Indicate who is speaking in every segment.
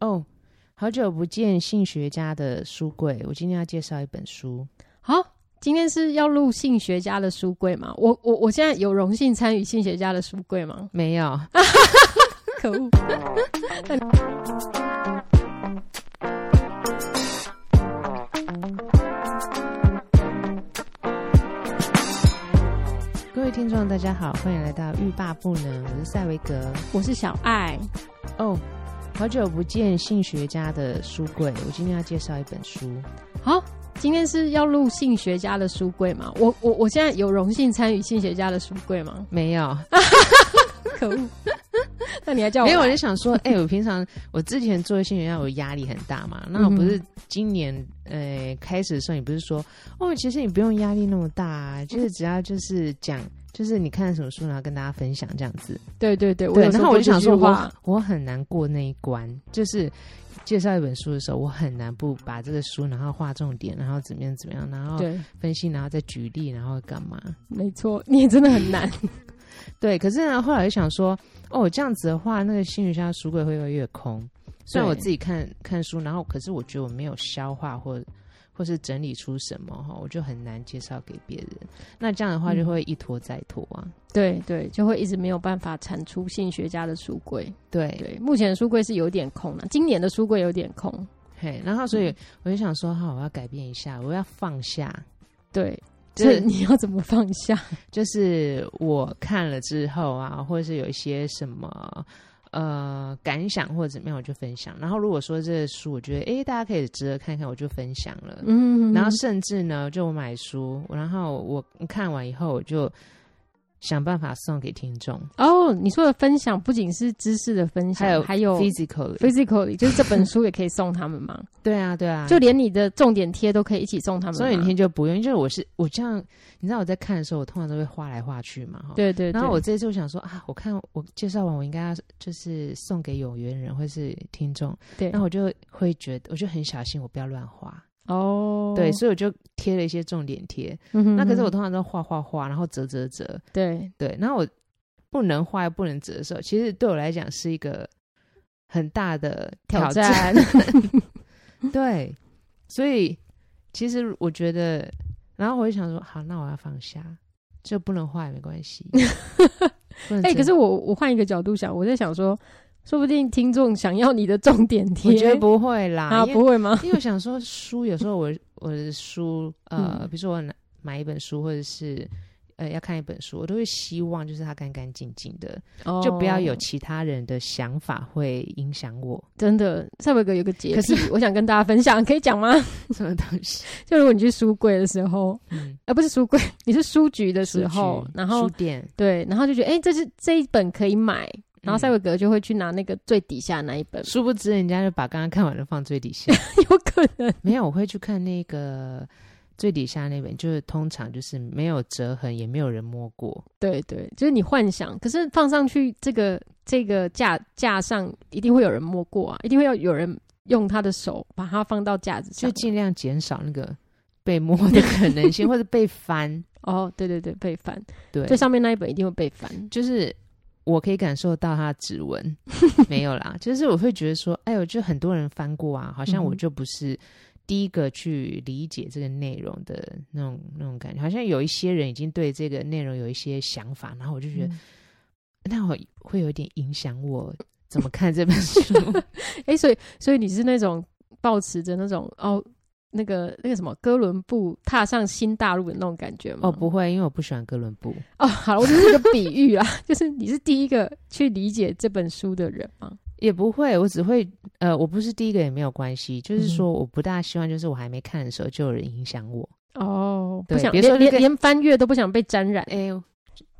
Speaker 1: 哦，好久不见，性学家的书柜，我今天要介绍一本书。
Speaker 2: 好、啊今天是要录性学家的书柜吗？我我我现在有荣幸参与性学家的书柜 吗？
Speaker 1: 没有，
Speaker 2: 可恶！
Speaker 1: 各位听众，大家好，欢迎来到欲罢不能，我是赛维格。
Speaker 2: 我是小爱，
Speaker 1: 哦，好久不见，性学家的书柜，我今天要介绍一本书。
Speaker 2: 好、啊今天是要录性学家的书柜吗？我我我现在有荣幸参与性学家的书柜吗？
Speaker 1: 没有，
Speaker 2: 可恶！ 那你还叫我
Speaker 1: 没有，我
Speaker 2: 来
Speaker 1: 就想说，哎、 我平常我之前做性学家，我压力很大嘛。那我不是今年呃开始的时候，你不是说哦，其实你不用压力那么大、啊，就是只要就是讲，就是你看了什么书，然后跟大家分享这样子。
Speaker 2: 对对对，我
Speaker 1: 对，
Speaker 2: 有时
Speaker 1: 然
Speaker 2: 候
Speaker 1: 后我
Speaker 2: 会
Speaker 1: 就想
Speaker 2: 这句
Speaker 1: 说
Speaker 2: 话
Speaker 1: 我，我很难过那一关，就是介绍一本书的时候，我很难不把这个书，然后划重点，然后怎么样怎么样，然后
Speaker 2: 对，
Speaker 1: 分析，然后再举例，然后干嘛？
Speaker 2: 没错，你也真的很难。
Speaker 1: 对，可是呢，后来就想说，哦，这样子的话，那个心理学家书柜会越来越空。虽然
Speaker 2: 对
Speaker 1: 我自己看看书，然后可是我觉得我没有消化或或是整理出什么哈，我就很难介绍给别人。那这样的话就
Speaker 2: 嗯
Speaker 1: 会一拖再拖啊。
Speaker 2: 对对，就会一直没有办法产出性学家的书柜。
Speaker 1: 对，
Speaker 2: 对，目前的书柜是有点空了，今年的书柜有点空。
Speaker 1: 嘿，然后所
Speaker 2: 嗯
Speaker 1: 以我就想说，好，我要改变一下，我要放下。
Speaker 2: 对，
Speaker 1: 就
Speaker 2: 所以
Speaker 1: 是
Speaker 2: 你要怎么放下？
Speaker 1: 就是我看了之后啊，或者是有一些什么呃感想或者怎么样，我就分享。然后如果说这个书我觉得诶大家可以值得看看，我就分享了。
Speaker 2: 嗯，
Speaker 1: 然后甚至呢，就我买书，然后我看完以后，我就想办法送给听众
Speaker 2: 哦，你说的分享不仅是知识的分享，
Speaker 1: 还有
Speaker 2: 还有
Speaker 1: ，physically。
Speaker 2: physically，就是这本书也可以送他们嘛，
Speaker 1: 对啊，对 啊，
Speaker 2: 就连你的重点贴都可以一起送他们嘛。
Speaker 1: 所以你听就不用，就是我是我这样，你知道我在看的时候，我通常都会画来画去嘛，哈。
Speaker 2: 对对对，
Speaker 1: 然后我这次我想说啊，我看我介绍完，我应该要就是送给有缘人或是听众，
Speaker 2: 对
Speaker 1: 那我就会觉得，我就很小心，我不要乱画。
Speaker 2: 哦，
Speaker 1: 对，所以我就贴了一些重点贴。
Speaker 2: 嗯哼
Speaker 1: 那可是我
Speaker 2: 哼
Speaker 1: 通常都画画画，然后折折折。
Speaker 2: 对
Speaker 1: 对，然后我不能画又不能折的时候，其实对我来讲是一个很大的挑
Speaker 2: 战，
Speaker 1: 对，所以其实我觉得，然后我就想说，好，那我要放下，就不能画也没关 系。不能
Speaker 2: 哎、
Speaker 1: 折
Speaker 2: 可是我我换一个角度想，我在想说，说不定听众想要你的重点贴，
Speaker 1: 我觉得不会啦，
Speaker 2: 啊，
Speaker 1: 因为
Speaker 2: 不会吗？
Speaker 1: 因为我想说书，有时候我我的书，呃，
Speaker 2: 嗯
Speaker 1: 比如说我拿买一本书，或者是呃要看一本书，我都会希望就是它干干净净的，就不要有
Speaker 2: 哦
Speaker 1: 其他人的想法会影响 我
Speaker 2: 真的，赛维格有个洁
Speaker 1: 可
Speaker 2: 癖，我想跟大家分享，可以讲吗？
Speaker 1: 什么东西。
Speaker 2: 就如果你去书柜的时候，
Speaker 1: 嗯，
Speaker 2: 呃，不是书柜，你是书局的 时
Speaker 1: 书
Speaker 2: 候
Speaker 1: 局，
Speaker 2: 然后
Speaker 1: 书店，
Speaker 2: 对，然后就觉得，哎、这是这一本可以买，然
Speaker 1: 嗯
Speaker 2: 后塞维格就会去拿那个最底下那一本，
Speaker 1: 殊不知人家就把刚刚看完的放最底下。
Speaker 2: 有可能
Speaker 1: 没有，我会去看那个最底下那本，就是通常就是没有折痕，也没有人摸过。
Speaker 2: 对对，就是你幻想，可是放上去这个这个架架上，一定会有人摸过啊，一定会要有人用他的手把它放到架子
Speaker 1: 就
Speaker 2: 上。
Speaker 1: 尽量减少那个被摸的可能 性，或者被翻。
Speaker 2: 哦，对对对，被翻，
Speaker 1: 对，嗯
Speaker 2: 最上面那一本一定会被翻。
Speaker 1: 就是我可以感受到他的指 纹，没有啦，就是我会觉得说，哎呦，就很多人翻过啊，好像
Speaker 2: 嗯哼
Speaker 1: 我就不是第一个去理解这个内容的那种那种感觉，好像有一些人已经对这个内容有一些想法，然后我就觉得，
Speaker 2: 嗯
Speaker 1: 那我会有一点影响我怎么看这本 书，
Speaker 2: 哎、所以所以你是那种抱持着那种哦，那个那个什么哥伦布踏上新大陆的那种感觉吗？
Speaker 1: 哦，不会，因为我不喜欢哥伦布，
Speaker 2: 哦，好了，我只是一个比喻啦， 就是你是第一个去理解这本书的人嘛。
Speaker 1: 也不会，我只会，呃，我不是第一个也没有关系，就是
Speaker 2: 嗯哼
Speaker 1: 说我不大希望，就是我还没看的时候就有人影响我。
Speaker 2: 哦，不
Speaker 1: 对
Speaker 2: 想
Speaker 1: 别
Speaker 2: 连
Speaker 1: 说那
Speaker 2: 连
Speaker 1: 个
Speaker 2: 连翻阅都不想被沾染。
Speaker 1: 哎、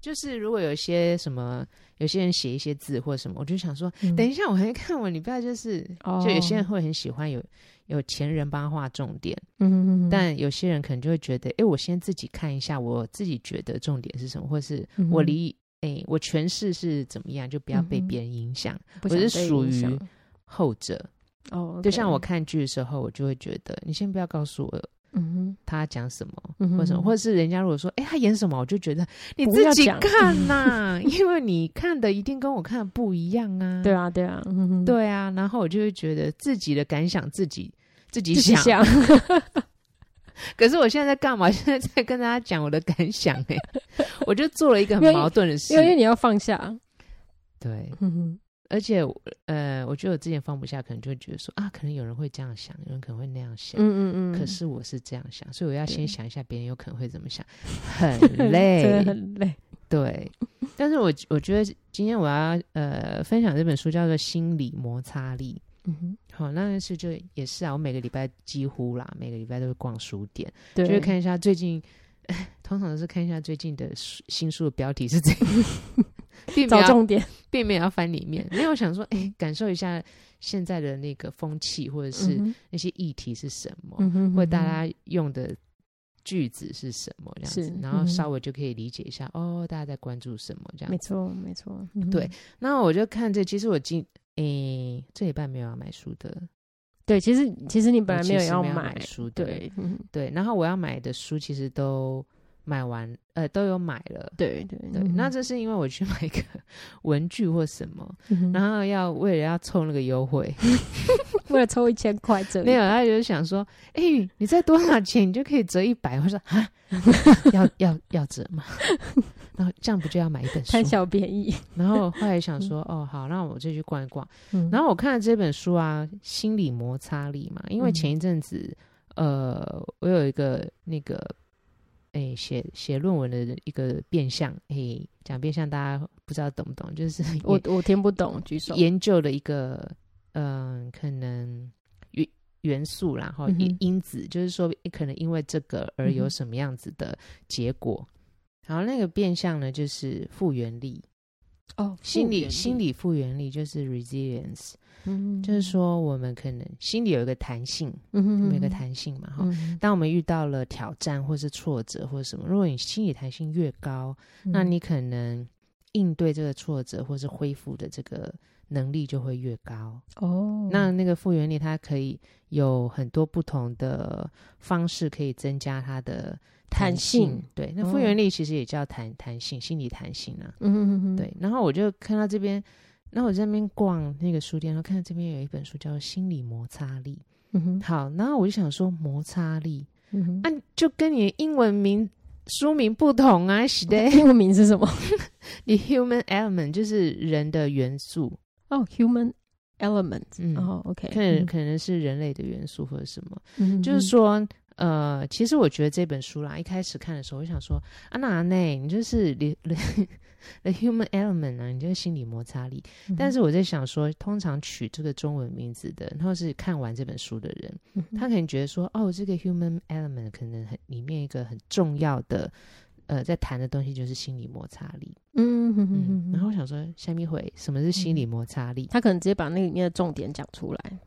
Speaker 1: 就是如果有一些什么，有些人写一些字或什么，我就想说，
Speaker 2: 嗯
Speaker 1: 等一下我还没看完，你不要就是，
Speaker 2: 哦
Speaker 1: 就有些人会很喜欢有有钱人帮他画重点，
Speaker 2: 嗯，
Speaker 1: 但有些人可能就会觉得，哎、我先自己看一下，我自己觉得重点是什么，或是
Speaker 2: 嗯
Speaker 1: 我理，哎、我诠释是怎么样，就不要被
Speaker 2: 嗯哼
Speaker 1: 别人影响。我
Speaker 2: 不想
Speaker 1: 是
Speaker 2: 被
Speaker 1: 属
Speaker 2: 影响
Speaker 1: 于后者，
Speaker 2: 哦，
Speaker 1: 就像我看剧的时候，我就会觉得，你先不要告诉我
Speaker 2: 嗯哼，
Speaker 1: 他讲什么，
Speaker 2: 嗯哼
Speaker 1: 或什么，或者是人家如果说，哎、他演什么，我就觉得你
Speaker 2: 不
Speaker 1: 自
Speaker 2: 要
Speaker 1: 己
Speaker 2: 讲
Speaker 1: 看 呐、因为你看的一定跟我看的不一样啊。
Speaker 2: 对啊，对啊，嗯哼，
Speaker 1: 对啊，然后我就会觉得自己的感想自己自己
Speaker 2: 自己
Speaker 1: 想。
Speaker 2: 想， 嗯
Speaker 1: 可是我现在在干嘛？ 现在在跟大家讲我的感想 哎、我就做了一个
Speaker 2: 因
Speaker 1: 很
Speaker 2: 为
Speaker 1: 矛盾的事
Speaker 2: 因。为你要放下，
Speaker 1: 对，
Speaker 2: 嗯哼，
Speaker 1: 而且呃，我觉得我之前放不下，可能就会觉得说啊，可能有人会这样想，有人可能会那样想。
Speaker 2: 嗯嗯嗯，
Speaker 1: 可是我是这样想，所以我要
Speaker 2: 对
Speaker 1: 先想一下别人有可能会怎么想， 很累
Speaker 2: 真的。很累，
Speaker 1: 对，但是我我觉得今天我要呃分享这本书叫做《心理摩擦力》。
Speaker 2: 嗯哼，
Speaker 1: 好，那是就也是啊，我每个礼拜几乎啦，每个礼拜都会逛书店，就
Speaker 2: 对，
Speaker 1: 会看一下最近， 通常是看一下最近的书新书的标题是怎 样，并没
Speaker 2: 找
Speaker 1: 有
Speaker 2: 重点，嗯
Speaker 1: 并没有要翻里面，没有想说，哎、感受一下现在的那个风气或者是
Speaker 2: 嗯哼
Speaker 1: 那些议题是什么，
Speaker 2: 嗯哼，
Speaker 1: 或大
Speaker 2: 嗯哼
Speaker 1: 家用的句子是什么这样
Speaker 2: 是
Speaker 1: 子，然后
Speaker 2: 嗯哼
Speaker 1: 稍微就可以理解一下，哦，大家在关注什么这样
Speaker 2: 没错没错，嗯哼
Speaker 1: 对那我就看这，其实我今诶、这礼拜没有要买书的，
Speaker 2: 对，其实其实你
Speaker 1: 我
Speaker 2: 本来
Speaker 1: 其
Speaker 2: 没有
Speaker 1: 实
Speaker 2: 要
Speaker 1: 没有
Speaker 2: 买，
Speaker 1: 书的，
Speaker 2: 对，嗯哼
Speaker 1: 对。然后我要买的书其实都买完，呃，都有买了。
Speaker 2: 对嗯对
Speaker 1: 对，那这是因为我去买一个 文具或什么，
Speaker 2: 然
Speaker 1: 然后要为了要凑那个优惠，
Speaker 2: 为了抽一千块这里
Speaker 1: 没有，他就想说，哎、你再多少钱你就可以折一百，我说啊， 要要要折吗？ 然后这样不就要买一本
Speaker 2: 贪
Speaker 1: 书？
Speaker 2: 小嗯便宜，
Speaker 1: 然后后来想说，哦，好，那我就去逛一逛。
Speaker 2: 嗯
Speaker 1: 然后我看了这本书啊，《心理摩擦力》嘛，因为
Speaker 2: 嗯
Speaker 1: 前一阵子，呃，我有一个那个，哎、写写论文的一个变相，哎、讲变相大家不知道懂不懂，就是
Speaker 2: 我我听不懂，举手
Speaker 1: 研，研究的一个，嗯、可能元元素啦，然后
Speaker 2: 嗯哼
Speaker 1: 因因子，就是说可能因为这个而有
Speaker 2: 嗯哼
Speaker 1: 什么样子的结果。
Speaker 2: 嗯
Speaker 1: 然后那个变相呢，就是复原力，
Speaker 2: 哦，
Speaker 1: 心理心
Speaker 2: 心理，
Speaker 1: 理复原力就是 resilience。
Speaker 2: 嗯
Speaker 1: 就是，说我们可能心里有一个弹性，
Speaker 2: 嗯哼
Speaker 1: 我们有一个，弹性嘛，哈。
Speaker 2: 嗯哼
Speaker 1: 当我们遇到了挑战或是挫折或者什么，如果你心理弹性越高，
Speaker 2: 嗯
Speaker 1: 那你可能应对这个挫折或是恢复的这个能力就会越高。
Speaker 2: 哦，
Speaker 1: 那那个复原力，它可以有很多不同的方式，可以增加它的弹
Speaker 2: 弹性
Speaker 1: 对，那
Speaker 2: 哦
Speaker 1: 复原力其实也叫弹弹性，心理弹性啊。
Speaker 2: 嗯哼嗯哼，
Speaker 1: 对，然后我就看到这边，那我在那边逛那个书店，然后看到这边有一本书叫《做《心理摩擦力
Speaker 2: 嗯哼》。
Speaker 1: 好，然后我就想说摩擦力，
Speaker 2: 嗯哼，
Speaker 1: 啊，就跟你的英文名书名不同啊，是 的，
Speaker 2: 英文名是什么？
Speaker 1: 你 human element 就是人的元素，
Speaker 2: 哦，human element，
Speaker 1: 嗯，
Speaker 2: 哦，OK，
Speaker 1: 可能
Speaker 2: 嗯
Speaker 1: 可能是人类的元素或者什么，
Speaker 2: 嗯
Speaker 1: 就是说。呃，其实我觉得这本书啦，一开始看的时候，我就想说，啊那内，你就是你 the human element 啊，你就是心理摩擦
Speaker 2: 嗯
Speaker 1: 力，但是我在想说，通常取这个中文名字的，或是看完这本书的人，
Speaker 2: 嗯
Speaker 1: 他可能觉得说，哦，这个 human element 可能很里面一个很重要的，呃，在谈的东西就是心理摩擦力。
Speaker 2: 嗯嗯
Speaker 1: 嗯，
Speaker 2: 嗯，
Speaker 1: 然后我想说，下面回什么是心理摩擦力？
Speaker 2: 他可能直接把那里面的重点讲出来，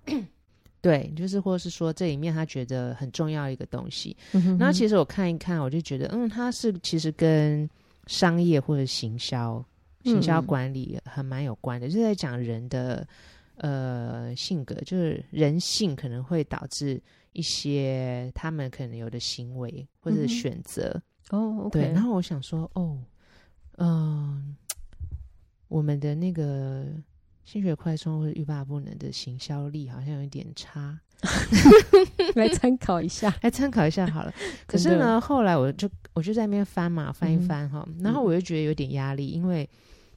Speaker 1: 对，就是或是说这里面他觉得很重要一个东西。
Speaker 2: 然
Speaker 1: 然后其实我看一看，我就觉得，嗯，它是其实跟商业或者行销、行销
Speaker 2: 嗯
Speaker 1: 管理很蛮有关的，就是在讲人的呃性格，就是人性可能会导致一些他们可能有的行为或
Speaker 2: 嗯
Speaker 1: 者
Speaker 2: 哼
Speaker 1: 选择。
Speaker 2: 哦，OK，
Speaker 1: 对，然后我想说，哦，嗯、我们的那个心血快充或者欲罢不能的行销力好像有一点差。
Speaker 2: 来参考一下，
Speaker 1: 来参考一下好了。可是
Speaker 2: 真
Speaker 1: 呢，后来我就我就在那边翻嘛，翻一
Speaker 2: 嗯哼
Speaker 1: 翻哈，然后我又觉得有点压力，因为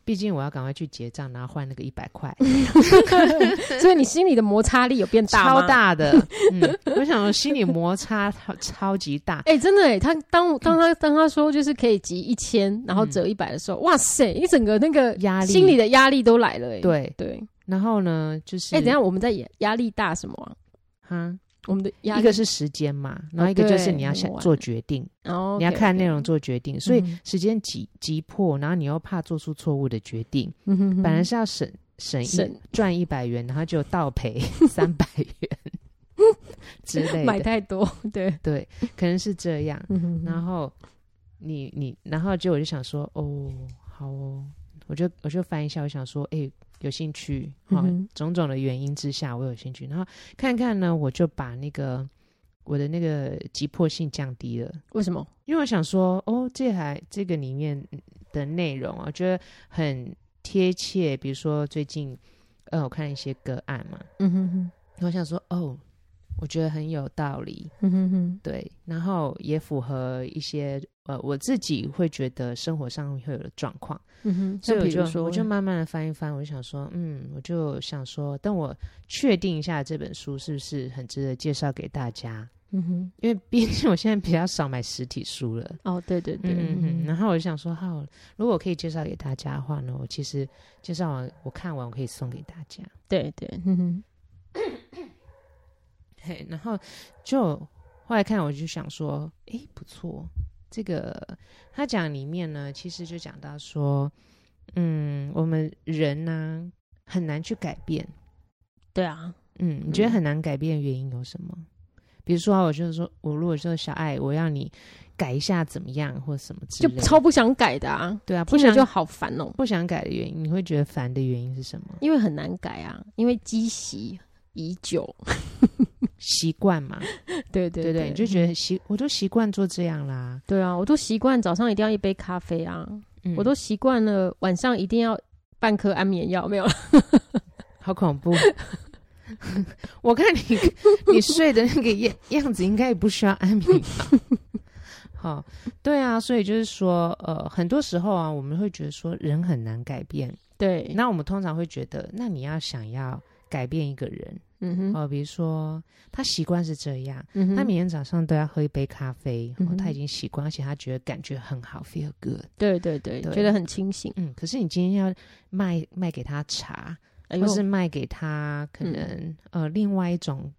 Speaker 1: 毕竟我要赶快去结账，然后换那个一百块，
Speaker 2: 嗯所以你心里的摩擦力有变大
Speaker 1: 超
Speaker 2: 吗？
Speaker 1: 大的。 嗯，我想我心理摩擦超超级 大。
Speaker 2: 哎、真的哎，他当当
Speaker 1: 嗯
Speaker 2: 他当他说就是可以集一千，然后折一百的时候，哇塞，一整个那个
Speaker 1: 压力
Speaker 2: 心理的压力都来了哎。
Speaker 1: 对，
Speaker 2: 对，
Speaker 1: 然后呢，就是
Speaker 2: 哎、等一下我们在压压力大什么啊？
Speaker 1: 哈，
Speaker 2: 我们的压力哦
Speaker 1: 一个是时间嘛，然后一个
Speaker 2: 对
Speaker 1: 就是你要
Speaker 2: 很
Speaker 1: 下
Speaker 2: 晚
Speaker 1: 做决定，
Speaker 2: 哦，
Speaker 1: 你要
Speaker 2: OK，
Speaker 1: 看
Speaker 2: OK
Speaker 1: 内容，做决定，所以
Speaker 2: 嗯
Speaker 1: 时间急急迫，然后你又怕做出错误的决定，
Speaker 2: 嗯哼哼
Speaker 1: 本来是要省省一
Speaker 2: 省
Speaker 1: 赚一百元，然后就倒赔 三百元之类
Speaker 2: 买
Speaker 1: 的，
Speaker 2: 太多，对，
Speaker 1: 对，可能是这样。
Speaker 2: 嗯哼
Speaker 1: 然后你你，然后结果我就想说，哦，好哦，我就我就翻一下，我想说，哎、有兴趣，好、
Speaker 2: 嗯哼
Speaker 1: 种种的原因之下，我有兴趣。然后看看呢，我就把那个我的那个急迫性降低了。
Speaker 2: 为什么？
Speaker 1: 因为我想说，哦，这还这个里面嗯的内容啊，我觉得很贴切。比如说最近，呃，我看一些个案嘛，
Speaker 2: 嗯哼哼，
Speaker 1: 我想说，哦，我觉得很有道理，
Speaker 2: 嗯哼哼，
Speaker 1: 对，然后也符合一些呃我自己会觉得生活上会有的状况，
Speaker 2: 嗯哼。
Speaker 1: 所以
Speaker 2: 像
Speaker 1: 我
Speaker 2: 比如
Speaker 1: 就
Speaker 2: 说，
Speaker 1: 我就慢慢的翻一翻，我就想说，嗯，我就想说，等我确定一下这本书是不是很值得介绍给大家，
Speaker 2: 嗯哼，
Speaker 1: 因为毕竟我现在比较少买实体书了。
Speaker 2: 哦，对对对，
Speaker 1: 嗯嗯，
Speaker 2: 嗯
Speaker 1: 嗯，
Speaker 2: 哼
Speaker 1: 然后我就想说，好，如果我可以介绍给大家的话呢，我其实介绍完，我看完我可以送给大家。
Speaker 2: 对对，嗯哼，
Speaker 1: 嘿，然后就后来看，我就想说，诶，不错，这个他讲里面呢，其实就讲到说，嗯，我们人呢、很难去改变，
Speaker 2: 对啊，
Speaker 1: 嗯，你觉得
Speaker 2: 嗯
Speaker 1: 很难改变的原因有什么？比如说啊，我就是说我如果说小爱，我要你改一下怎么样，或什么之
Speaker 2: 就
Speaker 1: 类的，
Speaker 2: 超不想改的啊，
Speaker 1: 对啊，不
Speaker 2: 听着
Speaker 1: 想
Speaker 2: 就好烦哦，
Speaker 1: 不想改的原因，你会觉得烦的原因是什么？
Speaker 2: 因为很难改啊，因为积习已久，
Speaker 1: 习惯嘛，
Speaker 2: 对
Speaker 1: 对
Speaker 2: 对
Speaker 1: 不对，
Speaker 2: 对，
Speaker 1: 你就觉得习，我都习惯做这样啦，
Speaker 2: 对啊，我都习惯早上一定要一杯咖啡啊，
Speaker 1: 嗯
Speaker 2: 我都习惯了晚上一定要半颗安眠药，没有啦，
Speaker 1: 好恐怖。我看你你睡的那个样样子，应该也不需要安眠吧？好，对啊，所以就是说，呃，很多时候啊，我们会觉得说人很难改变，
Speaker 2: 对，
Speaker 1: 那我们通常会觉得，那你要想要改变一个人，
Speaker 2: 嗯哼，
Speaker 1: 哦，比如说他习惯是这样，
Speaker 2: 嗯哼，
Speaker 1: 他每天早上都要喝一杯咖啡，
Speaker 2: 嗯
Speaker 1: 然
Speaker 2: 哼
Speaker 1: 后他已经习惯，而且他觉得感觉很好，feel good。
Speaker 2: 对对对，
Speaker 1: 对
Speaker 2: 觉得很清醒，
Speaker 1: 嗯，可是你今天要卖卖给他茶，
Speaker 2: 哎
Speaker 1: 或
Speaker 2: 呦，
Speaker 1: 是卖给他可
Speaker 2: 嗯
Speaker 1: 能、呃另外一种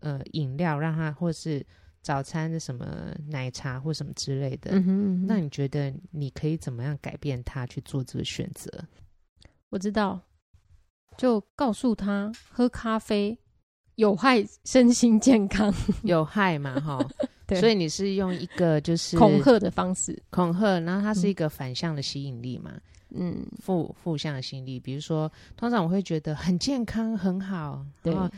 Speaker 1: 呃饮料，让他或是早餐的什么奶茶或什么之类的。
Speaker 2: 嗯哼，嗯哼
Speaker 1: 那你觉得你可以怎么样改变他去做这个选择？
Speaker 2: 嗯我知道，就告诉他喝咖啡有害身心健康，，
Speaker 1: 有害嘛？哈
Speaker 2: 对
Speaker 1: 所以你是用一个就是
Speaker 2: 恐吓嗯的方式。
Speaker 1: 恐吓，然后它是一个反向的吸引力嘛，
Speaker 2: 嗯，
Speaker 1: 负负向的吸引力。比如说，通常我会觉得很健康很好，
Speaker 2: 对
Speaker 1: 然后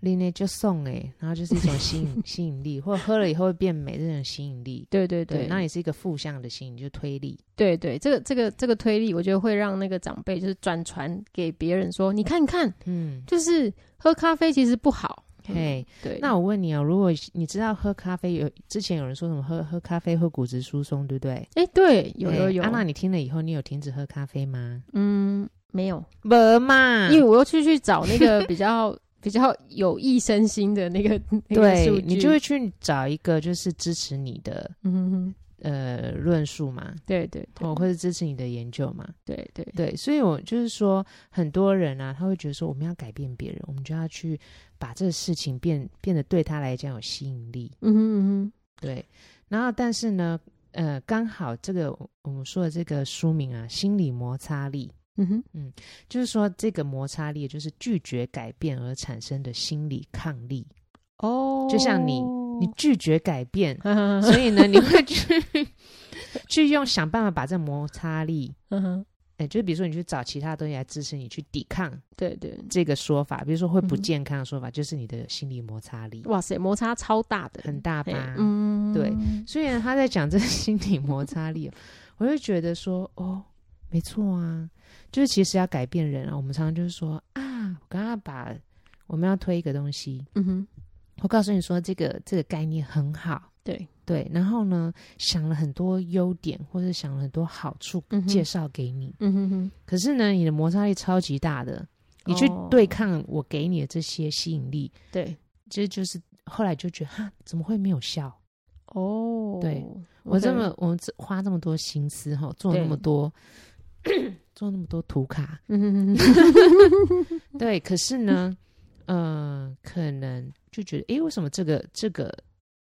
Speaker 1: 丽内就送哎、然后就是一种吸 引吸引力，或者喝了以后会变美这种吸引力。
Speaker 2: 对对对，
Speaker 1: 对，那也是一个负向的吸引，就是推力。
Speaker 2: 对对，这个这个这个推力，我觉得会让那个长辈就是转传给别人说，你看你看，
Speaker 1: 嗯，
Speaker 2: 就是喝咖啡其实不好。
Speaker 1: 嘿，
Speaker 2: 对，
Speaker 1: 那我问你哦，如果你知道喝咖啡有之前有人说什么喝喝咖啡会骨质疏松，对不对？
Speaker 2: 哎，对，有
Speaker 1: 嘿
Speaker 2: 有有，
Speaker 1: 啊，那你听了以后，你有停止喝咖啡吗？
Speaker 2: 嗯，没有，
Speaker 1: 没嘛，
Speaker 2: 因为我又去去找那个比较比较有益身心的那个那个数
Speaker 1: 对
Speaker 2: 据，
Speaker 1: 你就会去找一个就是支持你的
Speaker 2: 嗯哼哼，
Speaker 1: 呃论述嘛，
Speaker 2: 对对对
Speaker 1: 哦，或者支持你的研究嘛，
Speaker 2: 对对，
Speaker 1: 对，所以我就是说，很多人啊，他会觉得说，我们要改变别人，我们就要去把这个事情变变得对他来讲有吸引力，
Speaker 2: 嗯哼嗯哼。
Speaker 1: 对，然后但是呢，呃，刚好这个我们说的这个书名啊，心理摩擦力。
Speaker 2: 嗯哼，
Speaker 1: 就是说，这个摩擦力就是拒绝改变而产生的心理抗力。
Speaker 2: 哦
Speaker 1: 就像你 拒绝改变，
Speaker 2: 嗯
Speaker 1: 所以呢，你会去 去用想办法把这摩擦力，
Speaker 2: 哼，
Speaker 1: 哎、就比如说你去找其他东西来支持你去抵抗
Speaker 2: 对对，
Speaker 1: 这个说法，比如说会不
Speaker 2: 嗯哼
Speaker 1: 健康的说法，就是你的心理摩擦力
Speaker 2: 哇塞，摩擦超大的，
Speaker 1: 很大
Speaker 2: 嘿
Speaker 1: 吧？
Speaker 2: 嗯，
Speaker 1: 对，虽然他在讲这心理摩擦 力哦，我就觉得说，哦，没错啊，就是其实要改变人啊，我们常常就是说啊，我刚刚把我们要推一个东西，
Speaker 2: 嗯哼，
Speaker 1: 我告诉你说这个这个概念很好。
Speaker 2: 对，
Speaker 1: 对，然后呢，想了很多优点，或者想了很多好处
Speaker 2: 嗯哼
Speaker 1: 介绍给你。
Speaker 2: 嗯哼哼，
Speaker 1: 可是呢，你的摩擦力超级大的，你去
Speaker 2: 哦
Speaker 1: 对抗我给你的这些吸引力，
Speaker 2: 对，
Speaker 1: 其实就是后来就觉得哈，怎么会没有效？
Speaker 2: 哦，
Speaker 1: 对
Speaker 2: OK，
Speaker 1: 我这么我这花这么多心思哈，做那
Speaker 2: 对
Speaker 1: 么多， 做那么多图卡，
Speaker 2: 嗯哼，嗯哼嗯
Speaker 1: 对，可是呢， 呃，可能就觉得，诶，为什么这个这个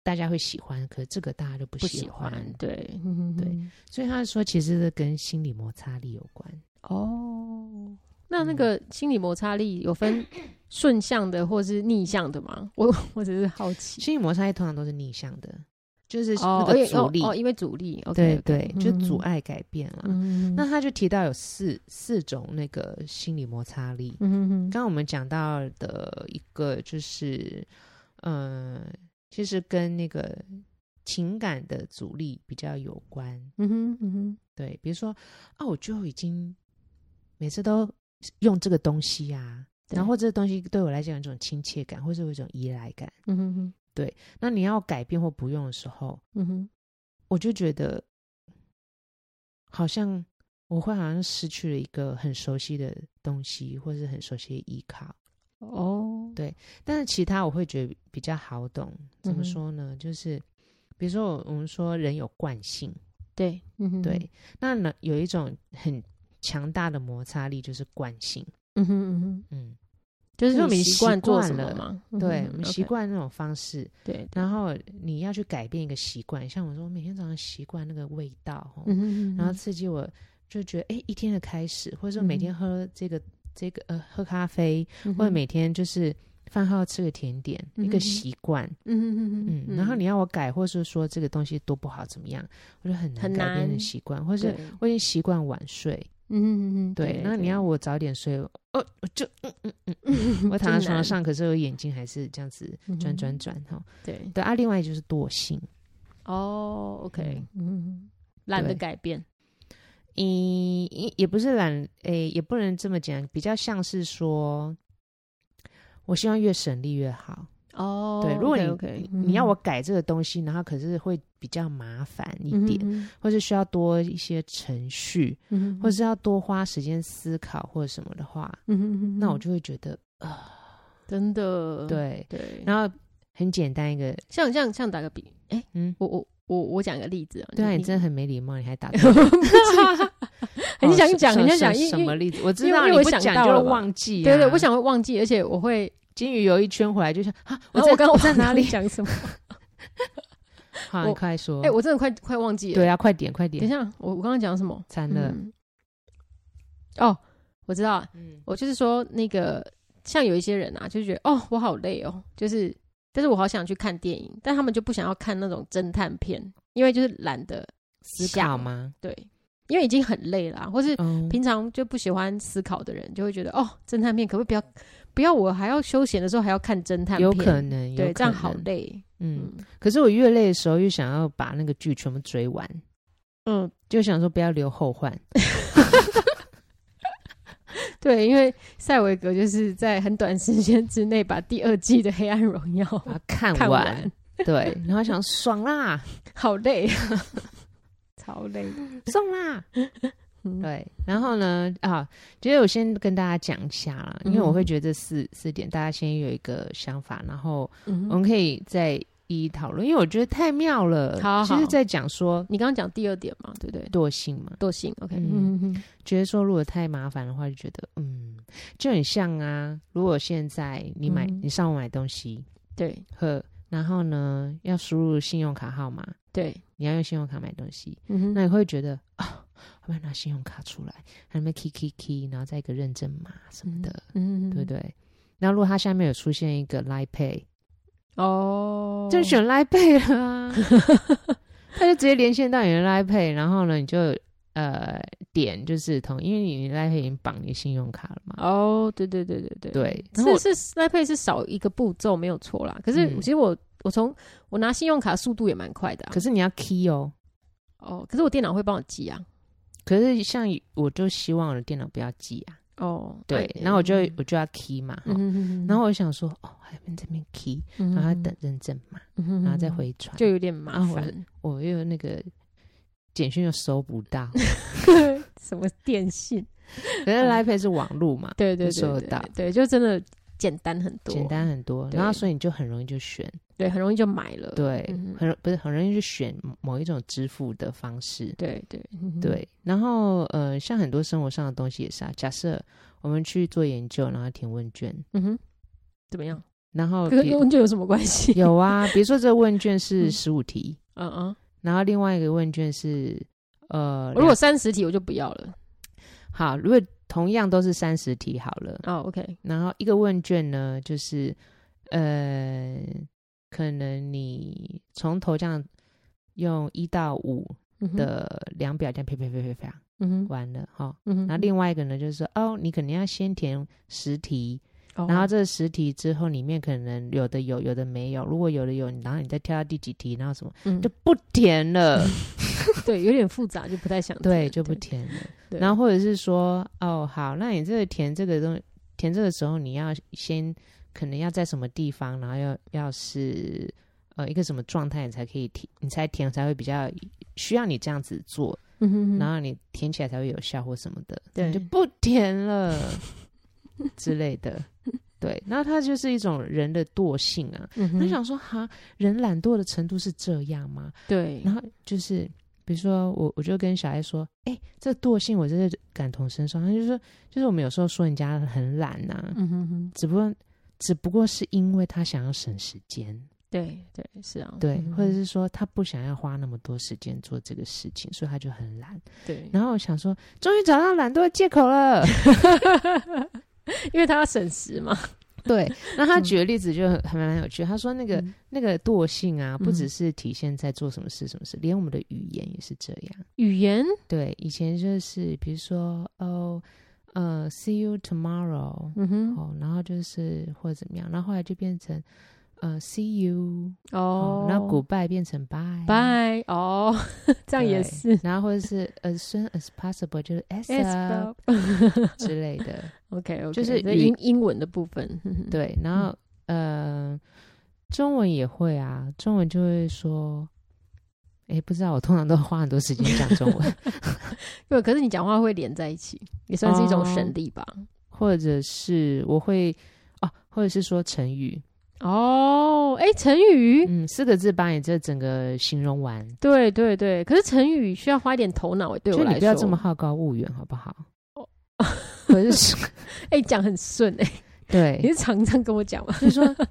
Speaker 1: 大家会喜欢，可是这个大家就不
Speaker 2: 不
Speaker 1: 喜
Speaker 2: 喜
Speaker 1: 欢？
Speaker 2: 欢，对，嗯哼
Speaker 1: 对
Speaker 2: 哼，
Speaker 1: 所以他说，其实这跟心理摩擦力有关。
Speaker 2: 哦，那那个心理摩擦力有分顺向的或是逆向的吗？我我只是好奇，
Speaker 1: 心理摩擦力通常都是逆向的，就是
Speaker 2: 哦
Speaker 1: 那，
Speaker 2: 因
Speaker 1: 个
Speaker 2: 为
Speaker 1: 阻
Speaker 2: 哦
Speaker 1: 力，
Speaker 2: 哦，因为阻力
Speaker 1: 对
Speaker 2: ，OK，
Speaker 1: 对，就阻
Speaker 2: 嗯哼
Speaker 1: 碍改变了。
Speaker 2: 嗯哼，
Speaker 1: 那他就提到有四四种那个心理摩擦力。
Speaker 2: 嗯哼哼，
Speaker 1: 刚刚我们讲到的一个就是，呃，其实跟那个情感的阻力比较有关。
Speaker 2: 嗯哼，嗯哼，
Speaker 1: 对，比如说啊，我就已经每次都用这个东西啊，
Speaker 2: 对
Speaker 1: 然后这个东西对我来讲有一种亲切感，或是有一种依赖感。
Speaker 2: 嗯哼哼，
Speaker 1: 那你要改变或不用的时候，
Speaker 2: 嗯哼，
Speaker 1: 我就觉得好像我会好像失去了一个很熟悉的东西，或是很熟悉的依靠。
Speaker 2: 哦，
Speaker 1: 对但是其他我会觉得比较好懂。怎
Speaker 2: 嗯哼
Speaker 1: 么说呢？就是比如说我我们说人有惯性，
Speaker 2: 对，嗯哼，
Speaker 1: 对，，那呢有一种很强大的摩擦力，就是惯性。
Speaker 2: 嗯哼，嗯哼，
Speaker 1: 嗯，
Speaker 2: 就是
Speaker 1: 就是我
Speaker 2: 你
Speaker 1: 们
Speaker 2: 习
Speaker 1: 习
Speaker 2: 惯做
Speaker 1: 惯
Speaker 2: 什么
Speaker 1: 了
Speaker 2: 嘛？
Speaker 1: 对，
Speaker 2: 嗯
Speaker 1: 我
Speaker 2: 哼
Speaker 1: 们习，
Speaker 2: OK，
Speaker 1: 惯那种方式，
Speaker 2: 对，
Speaker 1: 然后你要去改变一个习惯，像我说，我每天早上习惯那个味道，哦
Speaker 2: 嗯哼，
Speaker 1: 然后
Speaker 2: 嗯哼
Speaker 1: 刺激我，就觉得哎、诶一天的开始，或者说
Speaker 2: 嗯哼
Speaker 1: 每天喝这个、这个呃喝咖啡，
Speaker 2: 嗯
Speaker 1: 或者
Speaker 2: 哼
Speaker 1: 每天就是饭后吃个甜点，
Speaker 2: 嗯
Speaker 1: 一个
Speaker 2: 哼
Speaker 1: 习惯，
Speaker 2: 嗯哼嗯哼
Speaker 1: 嗯，然后你要我改，或是说这个东西多不好怎么样，我就很难
Speaker 2: 很
Speaker 1: 改变
Speaker 2: 难
Speaker 1: 的习惯，或
Speaker 2: 对
Speaker 1: 是我已经习惯晚睡，
Speaker 2: 嗯哼嗯哼，
Speaker 1: 对，那你要我早点睡，哦，我就嗯嗯嗯嗯，我
Speaker 2: 真
Speaker 1: 躺在床
Speaker 2: 难
Speaker 1: 上，可是我眼睛还是这样子转转
Speaker 2: 嗯
Speaker 1: 转哈、哦，
Speaker 2: 对，
Speaker 1: 对啊，另外就是惰性，
Speaker 2: 哦，OK，嗯哼哼，懒得
Speaker 1: 对
Speaker 2: 改变，
Speaker 1: 嗯，也也不是懒，诶、也不能这么讲，比较像是说，我希望越省力越好。
Speaker 2: 哦，嗯
Speaker 1: 对，如果你
Speaker 2: OK，
Speaker 1: 你你要我改这个东西，然后可是会比较麻烦一点，，
Speaker 2: 嗯
Speaker 1: 或是需要多一些程序，
Speaker 2: 哼嗯哼
Speaker 1: 或是要多花时间思考或者什么的话，
Speaker 2: 嗯哼嗯嗯哼，
Speaker 1: 那我就会觉得
Speaker 2: 真的，
Speaker 1: 对。
Speaker 2: 对，
Speaker 1: 然后很简单一个，
Speaker 2: 像像像打个比，哎，
Speaker 1: 嗯，
Speaker 2: 我我我我讲一个例子啊，
Speaker 1: 对啊，你
Speaker 2: 你
Speaker 1: 真的 很没礼貌，你还打断我。
Speaker 2: 很想
Speaker 1: 哦
Speaker 2: 讲，
Speaker 1: 什
Speaker 2: 很想讲，
Speaker 1: 什
Speaker 2: 因
Speaker 1: 什么
Speaker 2: 为
Speaker 1: 例子？我知
Speaker 2: 因为
Speaker 1: 道
Speaker 2: 因
Speaker 1: 你
Speaker 2: 为我
Speaker 1: 不
Speaker 2: 想
Speaker 1: 讲
Speaker 2: 到
Speaker 1: 就
Speaker 2: 了
Speaker 1: 会
Speaker 2: 嘛
Speaker 1: 忘记、啊。
Speaker 2: 对对，我想会忘记，而且我会，
Speaker 1: 金鱼游一圈回来就想啊，
Speaker 2: 然后
Speaker 1: 在
Speaker 2: 我刚刚
Speaker 1: 我
Speaker 2: 我
Speaker 1: 在哪里？
Speaker 2: 讲什么？
Speaker 1: 好，
Speaker 2: 我
Speaker 1: 你快说。
Speaker 2: 哎，我真的快快忘记了。
Speaker 1: 对啊，快点，快
Speaker 2: 等一
Speaker 1: 点，
Speaker 2: 下，我我刚刚讲什么？
Speaker 1: 惨了。
Speaker 2: 嗯哦，我知道，
Speaker 1: 嗯
Speaker 2: 我就是说那个，像有一些人啊，就觉得哦，我好累哦，就是，但是我好想去看电影，但他们就不想要看那种侦探片，因为就是懒得
Speaker 1: 思
Speaker 2: 想
Speaker 1: 考？吗？
Speaker 2: 对，因为已经很累了啊、或是
Speaker 1: 啊嗯，
Speaker 2: 平常就不喜欢思考的人，就会觉得哦，侦探片可不可以不要不要？我还要休闲的时候还要看侦探片，
Speaker 1: 有可能，有
Speaker 2: 对，这样
Speaker 1: 可
Speaker 2: 好
Speaker 1: 能。
Speaker 2: 累。
Speaker 1: 嗯，
Speaker 2: 嗯
Speaker 1: 可是我越累的时候，越想要把那个剧全部追完，
Speaker 2: 嗯，
Speaker 1: 就想说不要留后患。
Speaker 2: 对，因为塞维格就是在很短时间之内把第二季的《黑暗荣耀》
Speaker 1: 把它看
Speaker 2: 看
Speaker 1: 完，
Speaker 2: 完，
Speaker 1: 对，然后想爽啦，
Speaker 2: 好累，超累。
Speaker 1: 送啦，
Speaker 2: 嗯
Speaker 1: 对。然后呢，啊，其实我先跟大家讲一下啦，因为
Speaker 2: 嗯
Speaker 1: 我会觉得这四四点，大家先有一个想法，然后
Speaker 2: 嗯
Speaker 1: 我
Speaker 2: 哼，
Speaker 1: 们可以再一一讨论，因为我觉得太妙了。
Speaker 2: 好
Speaker 1: 其实
Speaker 2: 好
Speaker 1: 在讲说
Speaker 2: 你刚刚讲第二点嘛，对不对？
Speaker 1: 惰性嘛，
Speaker 2: 惰性，OK，嗯
Speaker 1: 嗯
Speaker 2: 嗯
Speaker 1: 觉得说如果太麻烦的话，就觉得嗯，就很像啊。如果现在你买、
Speaker 2: 嗯
Speaker 1: 你上网买东西，
Speaker 2: 对
Speaker 1: 呵，然后呢要输入信用卡号码，
Speaker 2: 对，
Speaker 1: 你要用信用卡买东西，
Speaker 2: 嗯哼，
Speaker 1: 那你会觉得啊，我不要拿信用卡出来，还没 key key key，然后再一个认证码什么的，
Speaker 2: 嗯，嗯
Speaker 1: 对不？对？然后如果它下面有出现一个 Line Pay，
Speaker 2: 哦，
Speaker 1: 就选 Line Pay 了 啊，它就直接连线到你的 Line Pay，然后呢你就。呃，点就是同，因为你 Line Pay 已经绑你信用卡了嘛，
Speaker 2: 哦，对对对对对
Speaker 1: 对然后我
Speaker 2: 是是 Line Pay 是少一个步骤没有错啦。可是
Speaker 1: 嗯
Speaker 2: 其实我我从我拿信用卡速度也蛮快的啊
Speaker 1: 可是你要 key 哦。
Speaker 2: 哦，可是我电脑会帮我记啊。
Speaker 1: 可是像我就希望我的电脑不要记啊，
Speaker 2: 哦，
Speaker 1: 对，然后我就我就要 key 嘛，哈
Speaker 2: 嗯，
Speaker 1: 然后我想说哦，还没这边 key，
Speaker 2: 然
Speaker 1: 然后等，认证嘛，
Speaker 2: 然
Speaker 1: 然后再，回传，
Speaker 2: 嗯就有点麻
Speaker 1: 啊我
Speaker 2: 烦。
Speaker 1: 我又那个简讯又收不 到，
Speaker 2: 什么电信？
Speaker 1: 可是 Line Pay 是网路嘛，
Speaker 2: 对对
Speaker 1: 就收
Speaker 2: 对
Speaker 1: 得
Speaker 2: 对
Speaker 1: 到
Speaker 2: 对，就真的简单很多，
Speaker 1: 简单很多，
Speaker 2: 对
Speaker 1: 然后所以你就很容易就选，
Speaker 2: 对，很容易就买了。
Speaker 1: 对
Speaker 2: 嗯，
Speaker 1: 很容不是很容易就选某一种支付的方式，
Speaker 2: 对对嗯
Speaker 1: 对，然后呃，像很多生活上的东西也是啊，假设我们去做研究，然后填问卷，
Speaker 2: 嗯哼，怎么样？
Speaker 1: 然后
Speaker 2: 跟
Speaker 1: 比
Speaker 2: 问卷有什么关系？
Speaker 1: 有啊，比如说这个问卷
Speaker 2: 嗯
Speaker 1: 是十五题，
Speaker 2: 嗯嗯，
Speaker 1: 然后另外一个问卷是呃，
Speaker 2: 如果
Speaker 1: 两
Speaker 2: 三十题我就不要了。
Speaker 1: 好，如果同样都是三十题好了，
Speaker 2: 哦，OK，
Speaker 1: 然后一个问卷呢，就是呃，可能你从头这样用一到五
Speaker 2: 嗯哼，
Speaker 1: 的量表这样啪啪啪啪啪
Speaker 2: 嗯哼，
Speaker 1: 完了哈。
Speaker 2: 嗯哼，
Speaker 1: 然后另外一个呢，就是说哦，你可能要先填十题，然后这十题之后里面可能有的有，有的没有。如果有的有，然后你再跳到第几题，然后什么
Speaker 2: 嗯
Speaker 1: 就，不填了，
Speaker 2: 对，有点复杂，就不太想填
Speaker 1: 对，就不填了。
Speaker 2: 对
Speaker 1: 然后或者是说，哦，好，那你这个填这个东西，填这个时候你要先可能要在什么地方，然后要要是呃一个什么状态，你才可以填，你才填才会比较需要你这样子做，
Speaker 2: 嗯哼哼
Speaker 1: 然后你填起来才会有效或什么的，
Speaker 2: 对
Speaker 1: 你就不填了之类 的。对，那它就是一种人的惰性啊。
Speaker 2: 嗯
Speaker 1: 他
Speaker 2: 哼
Speaker 1: 想说，哈，人懒惰的程度是这样吗？
Speaker 2: 对，
Speaker 1: 然后就是，比如说我，我就跟小爱说，哎、这惰性我真的感同身受。他就说，就是我们有时候说人家很懒呐、
Speaker 2: 嗯哼哼，
Speaker 1: 只不过只不过是因为他想要省时间，
Speaker 2: 对对是啊，
Speaker 1: 对，
Speaker 2: 嗯
Speaker 1: 或者是说他不想要花那么多时间做这个事情，所以他就很懒。
Speaker 2: 对，
Speaker 1: 然后我想说，终于找到懒惰的借口了。
Speaker 2: 因为他要省时嘛，
Speaker 1: 对，那他举的例子就很还蛮有趣。他说那个、
Speaker 2: 嗯
Speaker 1: 那个惰性啊，不
Speaker 2: 嗯
Speaker 1: 只是体现在做什么事什么事，连我们的语言也是这样。
Speaker 2: 语言
Speaker 1: 对，以前就是比如说哦，呃，see you tomorrow，、
Speaker 2: 嗯哼
Speaker 1: 哦，然后就是或者怎么样，然后后来就变成呃，see you，
Speaker 2: 哦
Speaker 1: 哦，，然后 goodbye 变成 bye，
Speaker 2: 拜哦， 这样也
Speaker 1: 对
Speaker 2: 是
Speaker 1: 然后或者是 as soon as possible 就是 as up 之类的，
Speaker 2: OK OK，
Speaker 1: 就是语
Speaker 2: 英英文的部分，嗯哼哼，
Speaker 1: 对，然后呃，中文也会啊，中文就会说。哎，不知道，我通常都花很多时间讲中文，
Speaker 2: 对，可是你讲话会连在一起，也算是一种省
Speaker 1: 哦
Speaker 2: 力吧。
Speaker 1: 或者是我会哦，或者是说成语，
Speaker 2: 哦，哎，成语，
Speaker 1: 嗯，四个字把你这整个形容完，
Speaker 2: 对对对，可是成语需要花一点头脑诶，对我
Speaker 1: 就
Speaker 2: 来说，哦
Speaker 1: 你不要这么好高骛远，好不好？可是
Speaker 2: 哎讲很顺 哎，
Speaker 1: 对，
Speaker 2: 你是常常跟我讲吗？
Speaker 1: 就是说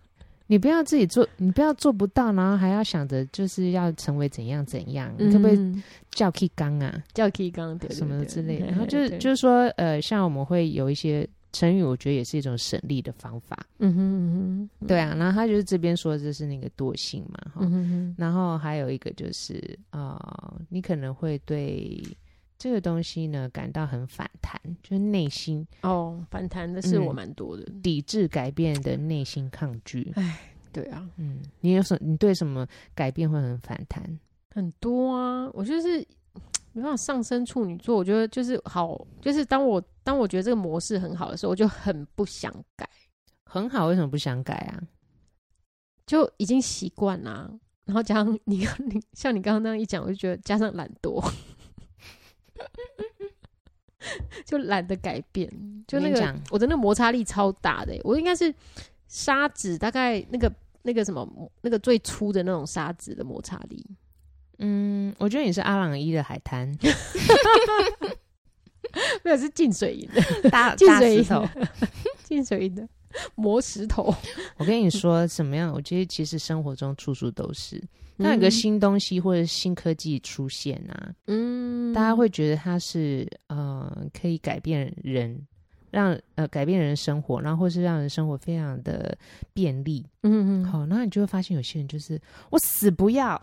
Speaker 1: 你不要自己做，你不要做不到，然后还要想着就是要成为怎样怎样， 你可不可以
Speaker 2: 嗯
Speaker 1: 叫 K 刚啊
Speaker 2: 叫 K 刚对对
Speaker 1: 什么
Speaker 2: 对
Speaker 1: 之类的？
Speaker 2: 嘿
Speaker 1: 然后
Speaker 2: 嘿
Speaker 1: 就是
Speaker 2: 对
Speaker 1: 就是说，呃，像我们会有一些成语，我觉得也是一种省力的方法，
Speaker 2: 嗯哼嗯哼，
Speaker 1: 对啊。然后他就是这边说这是那个惰性嘛，哈、
Speaker 2: 嗯哼哼，
Speaker 1: 然后还有一个就是，呃，你可能会对这个东西呢感到很反弹，就是内心
Speaker 2: 哦，反弹的是
Speaker 1: 嗯
Speaker 2: 我蛮多的，
Speaker 1: 抵制改变的内心抗拒。
Speaker 2: 对啊，
Speaker 1: 嗯，你有什你对什么改变会很反弹？
Speaker 2: 很多啊，我就是。没办法上升处女座，我觉得就是好，就是当我当我觉得这个模式很好的时候，我就很不想改，
Speaker 1: 很好，为什么不想改啊？
Speaker 2: 就已经习惯啦。然后加上你刚 你像你刚刚那样一讲，我就觉得加上懒惰， 就懒得改变，就
Speaker 1: 我
Speaker 2: 那
Speaker 1: 跟你
Speaker 2: 个
Speaker 1: 讲
Speaker 2: 我的那个摩擦力超大的欸、我应该是砂纸大概那个那个什么那个最粗的那种砂纸的摩擦力，
Speaker 1: 嗯，我觉得你是阿朗伊的海 滩，
Speaker 2: 没有是进水银的，
Speaker 1: 大
Speaker 2: 进
Speaker 1: 大
Speaker 2: 水
Speaker 1: 石
Speaker 2: 银
Speaker 1: 头。
Speaker 2: 的， 进水银的磨石头。
Speaker 1: 我跟你说，怎么样？我觉得其实生活中处处都是，
Speaker 2: 嗯
Speaker 1: 当有个新东西或者新科技出现啊，
Speaker 2: 嗯，嗯
Speaker 1: 大家会觉得它是呃可以改变人，让呃改变人生活，然后或是让人生活非常的便利。
Speaker 2: 嗯嗯
Speaker 1: 好，那你就会发现有些人就是我死不 要。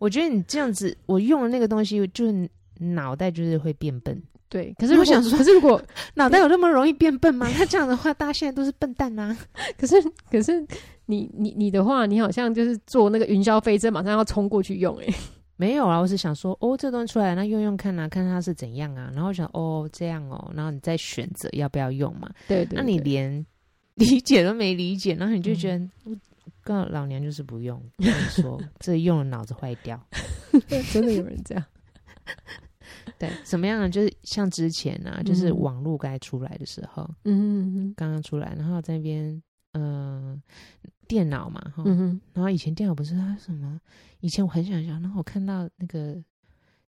Speaker 1: 我觉得你这样子，我用了那个东西，就是脑袋就是会变笨。
Speaker 2: 对，可是如
Speaker 1: 我
Speaker 2: 果
Speaker 1: 想说
Speaker 2: 可是如果
Speaker 1: 脑袋有那么容易变笨吗？ 那这样的话，大家现在都是笨蛋啊呐、
Speaker 2: 可是可是你你你的话，你好像就是坐那个云霄飞车，马上要冲过去用哎、
Speaker 1: 没有啊，我是想说，哦，这东西出来，那用用看啊，看它是怎样啊。然后想，哦，这样哦，然后你再选择要不要用嘛。
Speaker 2: 对对嗯
Speaker 1: 那你连 理解都没理解，然后你就觉得，我告老娘就是不用。 我跟你说，这用了脑子坏 掉。
Speaker 2: 真的有人这样？
Speaker 1: 对，怎么样呢？就是像之前啊，就是
Speaker 2: 嗯
Speaker 1: 网络该出来的时候，
Speaker 2: 嗯
Speaker 1: 刚刚出来，然后在那边，嗯、电脑嘛，哈、
Speaker 2: 嗯嗯
Speaker 1: 然后以前电脑不是它什么？以前我很想想，然后我看到那个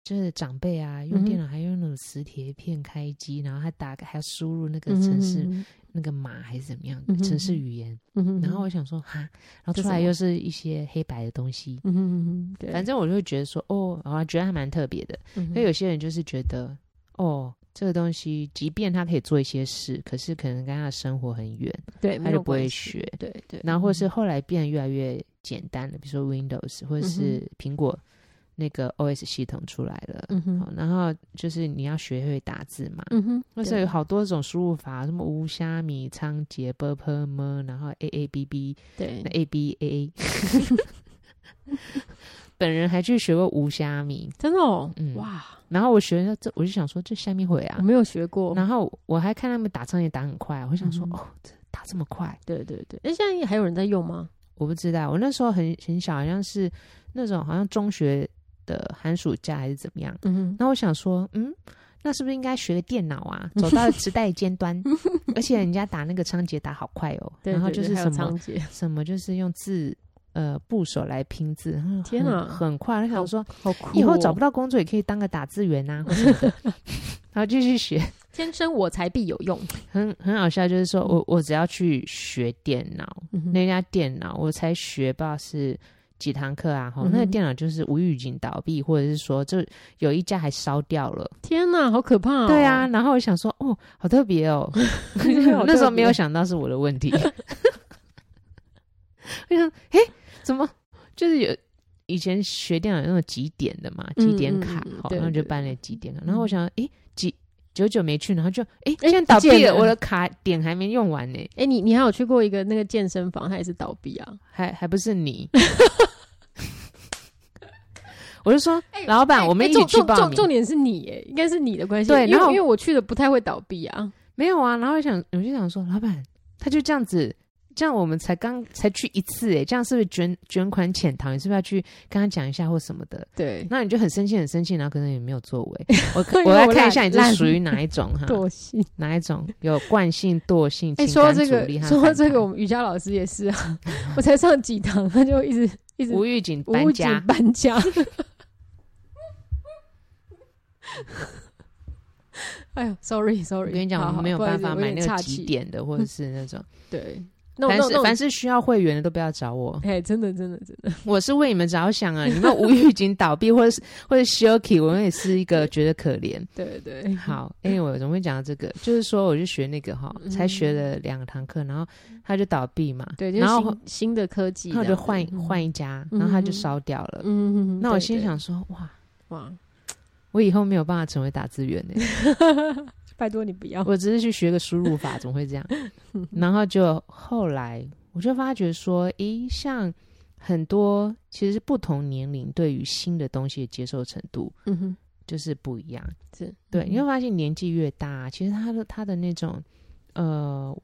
Speaker 1: 就是长辈啊，
Speaker 2: 嗯
Speaker 1: 用
Speaker 2: 哼
Speaker 1: 电脑还用那种磁铁片开机，然后还打开还要输入那个城市、那个码还是怎么样、
Speaker 2: 嗯哼
Speaker 1: 城市语言，
Speaker 2: 嗯
Speaker 1: 然后我想说哈，然后
Speaker 2: 这
Speaker 1: 出来
Speaker 2: 什么
Speaker 1: 又是一些黑白的东西，
Speaker 2: 嗯嗯嗯，
Speaker 1: 反正我就会觉得说哦，啊，觉得还蛮特别的。
Speaker 2: 正
Speaker 1: 所以有些人就是觉得，哦，这个东西，即便他可以做一些事，可是可能跟他的生活很远，
Speaker 2: 对
Speaker 1: 他就不会，学。
Speaker 2: 对对，嗯
Speaker 1: 然后或是后来变得越来越简单了，比如说 Windows 或者是苹果，那个 OS 系统出来了。
Speaker 2: 嗯
Speaker 1: 好
Speaker 2: 哼，
Speaker 1: 然后就是你要学会打字嘛，
Speaker 2: 嗯哼，
Speaker 1: 那时候有好多种输入法，什么无虾米、仓颉、b p m，然后 a a b b，
Speaker 2: 对
Speaker 1: 那 a b a a。本 人还去学过无虾米，
Speaker 2: 真的哦
Speaker 1: 嗯，
Speaker 2: 哇，
Speaker 1: 然后我学了这，我就想说这虾米会
Speaker 2: 我
Speaker 1: 啊，
Speaker 2: 没有学过。
Speaker 1: 然后我还看他们打仓颉打很快，我想说、
Speaker 2: 嗯
Speaker 1: 哦，这打这么快，
Speaker 2: 对对对，那现在还有人在用吗？
Speaker 1: 我不知道，我那时候很很小，好像是那种好像中学的寒暑假还是怎么样，
Speaker 2: 嗯哼，
Speaker 1: 然后我想说，嗯，那是不是应该学个电脑啊？走到时代尖端， 而且人家打那个仓颉打好快哦，
Speaker 2: 对
Speaker 1: 然后
Speaker 2: 对
Speaker 1: 就是
Speaker 2: 对还
Speaker 1: 什
Speaker 2: 有
Speaker 1: 么
Speaker 2: 仓颉，
Speaker 1: 什么就是用字呃部首来拼字， 嗯
Speaker 2: 天
Speaker 1: 很
Speaker 2: 啊
Speaker 1: 很快！我想说，
Speaker 2: 好酷哦！哦
Speaker 1: 以后找不到工作也可以当个打字员啊，或什么的 然后就去学，
Speaker 2: 天生我材必有用。
Speaker 1: 很很好笑，就是说我我只要去学电脑，
Speaker 2: 嗯哼
Speaker 1: 那家电脑我才学吧是。几堂课啊，吼，那个
Speaker 2: 嗯哼
Speaker 1: 电脑就是无预警倒闭，或者是说，就有一家还烧掉了，
Speaker 2: 天哪，好可怕！
Speaker 1: 对啊，，然后我想说，哦，好特别哦， 那时候没有想到是我的问 题。我想，哎，怎么就是有以前学电脑有那种几点的嘛，
Speaker 2: 嗯
Speaker 1: 几点卡
Speaker 2: 嗯嗯，
Speaker 1: 好，
Speaker 2: 对
Speaker 1: 然后就
Speaker 2: 对
Speaker 1: 办了几点卡，
Speaker 2: 嗯
Speaker 1: 然后我想，哎，几久久没去，然后就， 哎，
Speaker 2: 诶
Speaker 1: 现在倒闭
Speaker 2: 见
Speaker 1: 了，
Speaker 2: 了
Speaker 1: 我的卡点还没用完呢，
Speaker 2: 哎、你你还有去过一个那个健身房，它也是倒闭啊？
Speaker 1: 还还不是 你。我就说，老板，
Speaker 2: 哎
Speaker 1: 我们
Speaker 2: 哎
Speaker 1: 一起
Speaker 2: 重
Speaker 1: 去
Speaker 2: 重
Speaker 1: 报
Speaker 2: 重
Speaker 1: 名
Speaker 2: 重。点是你，哎，应该是你的关系。
Speaker 1: 对
Speaker 2: 因为
Speaker 1: 然后
Speaker 2: 因为我去的不太会倒闭啊。
Speaker 1: 没有啊，然后我想，我就想说，老板，他就这样子，这样我们才刚才去一次、诶，这样是不是卷卷款潜逃？你是不是要去跟他讲一下或什么的？
Speaker 2: 对，
Speaker 1: 那你就很生气，很生气，然后可能也没有作 为。我
Speaker 2: 因为
Speaker 1: 我来
Speaker 2: 我
Speaker 1: 看一
Speaker 2: 懒
Speaker 1: 下你
Speaker 2: 懒
Speaker 1: 是属于哪一种哈？
Speaker 2: 惰性。
Speaker 1: 哪一种有惯性、惰性？
Speaker 2: 哎、
Speaker 1: 情
Speaker 2: 说到
Speaker 1: 感
Speaker 2: 这
Speaker 1: 阻力
Speaker 2: 个，
Speaker 1: 和
Speaker 2: 说到
Speaker 1: 反
Speaker 2: 这
Speaker 1: 弹
Speaker 2: 个，我们瑜伽老师也是 啊，我才上几堂，他就一直一直
Speaker 1: 无预警搬
Speaker 2: 无景
Speaker 1: 家，
Speaker 2: 搬家。 哎呦
Speaker 1: 我
Speaker 2: ，sorry，sorry，
Speaker 1: 跟你
Speaker 2: 好
Speaker 1: 讲，我
Speaker 2: 好
Speaker 1: 没有
Speaker 2: 不好意
Speaker 1: 办
Speaker 2: 思
Speaker 1: 法
Speaker 2: 我有
Speaker 1: 买
Speaker 2: 点
Speaker 1: 那个
Speaker 2: 岔
Speaker 1: 几
Speaker 2: 气。
Speaker 1: 点的，或者是那 种，
Speaker 2: 对，那我
Speaker 1: 凡
Speaker 2: 那我那
Speaker 1: 是
Speaker 2: 我
Speaker 1: 凡是需要会员的都不要找我。
Speaker 2: 哎、真的真的真的，
Speaker 1: 我是为你们着想啊！你们无预警倒闭，或者是或者 Shoki，我们也是一个觉得可怜。
Speaker 2: 对对，
Speaker 1: 好，因为我怎么会讲到这个？就是说，我就学那个哈，
Speaker 2: 嗯
Speaker 1: 才学了两堂课，然后他就倒闭嘛，
Speaker 2: 对，就是
Speaker 1: 然后
Speaker 2: 新新的科技这
Speaker 1: 他
Speaker 2: 样子，
Speaker 1: 就换
Speaker 2: 嗯，
Speaker 1: 换一家，
Speaker 2: 嗯
Speaker 1: 然后他就烧掉了。
Speaker 2: 嗯，嗯
Speaker 1: 那我
Speaker 2: 对
Speaker 1: 心
Speaker 2: 对
Speaker 1: 想说，哇，
Speaker 2: 哇，
Speaker 1: 我以后没有办法成为打字 员呢，
Speaker 2: 拜托你不要，
Speaker 1: 我只是去学个输入法，怎么会 这样？然后就后来我就发觉说，诶，像很多其实不同年龄对于新的东西的接受程度
Speaker 2: 嗯哼，
Speaker 1: 就是不一样。
Speaker 2: 是嗯
Speaker 1: 对，你会
Speaker 2: 为
Speaker 1: 发现年纪越大，其实他的他的那种呃，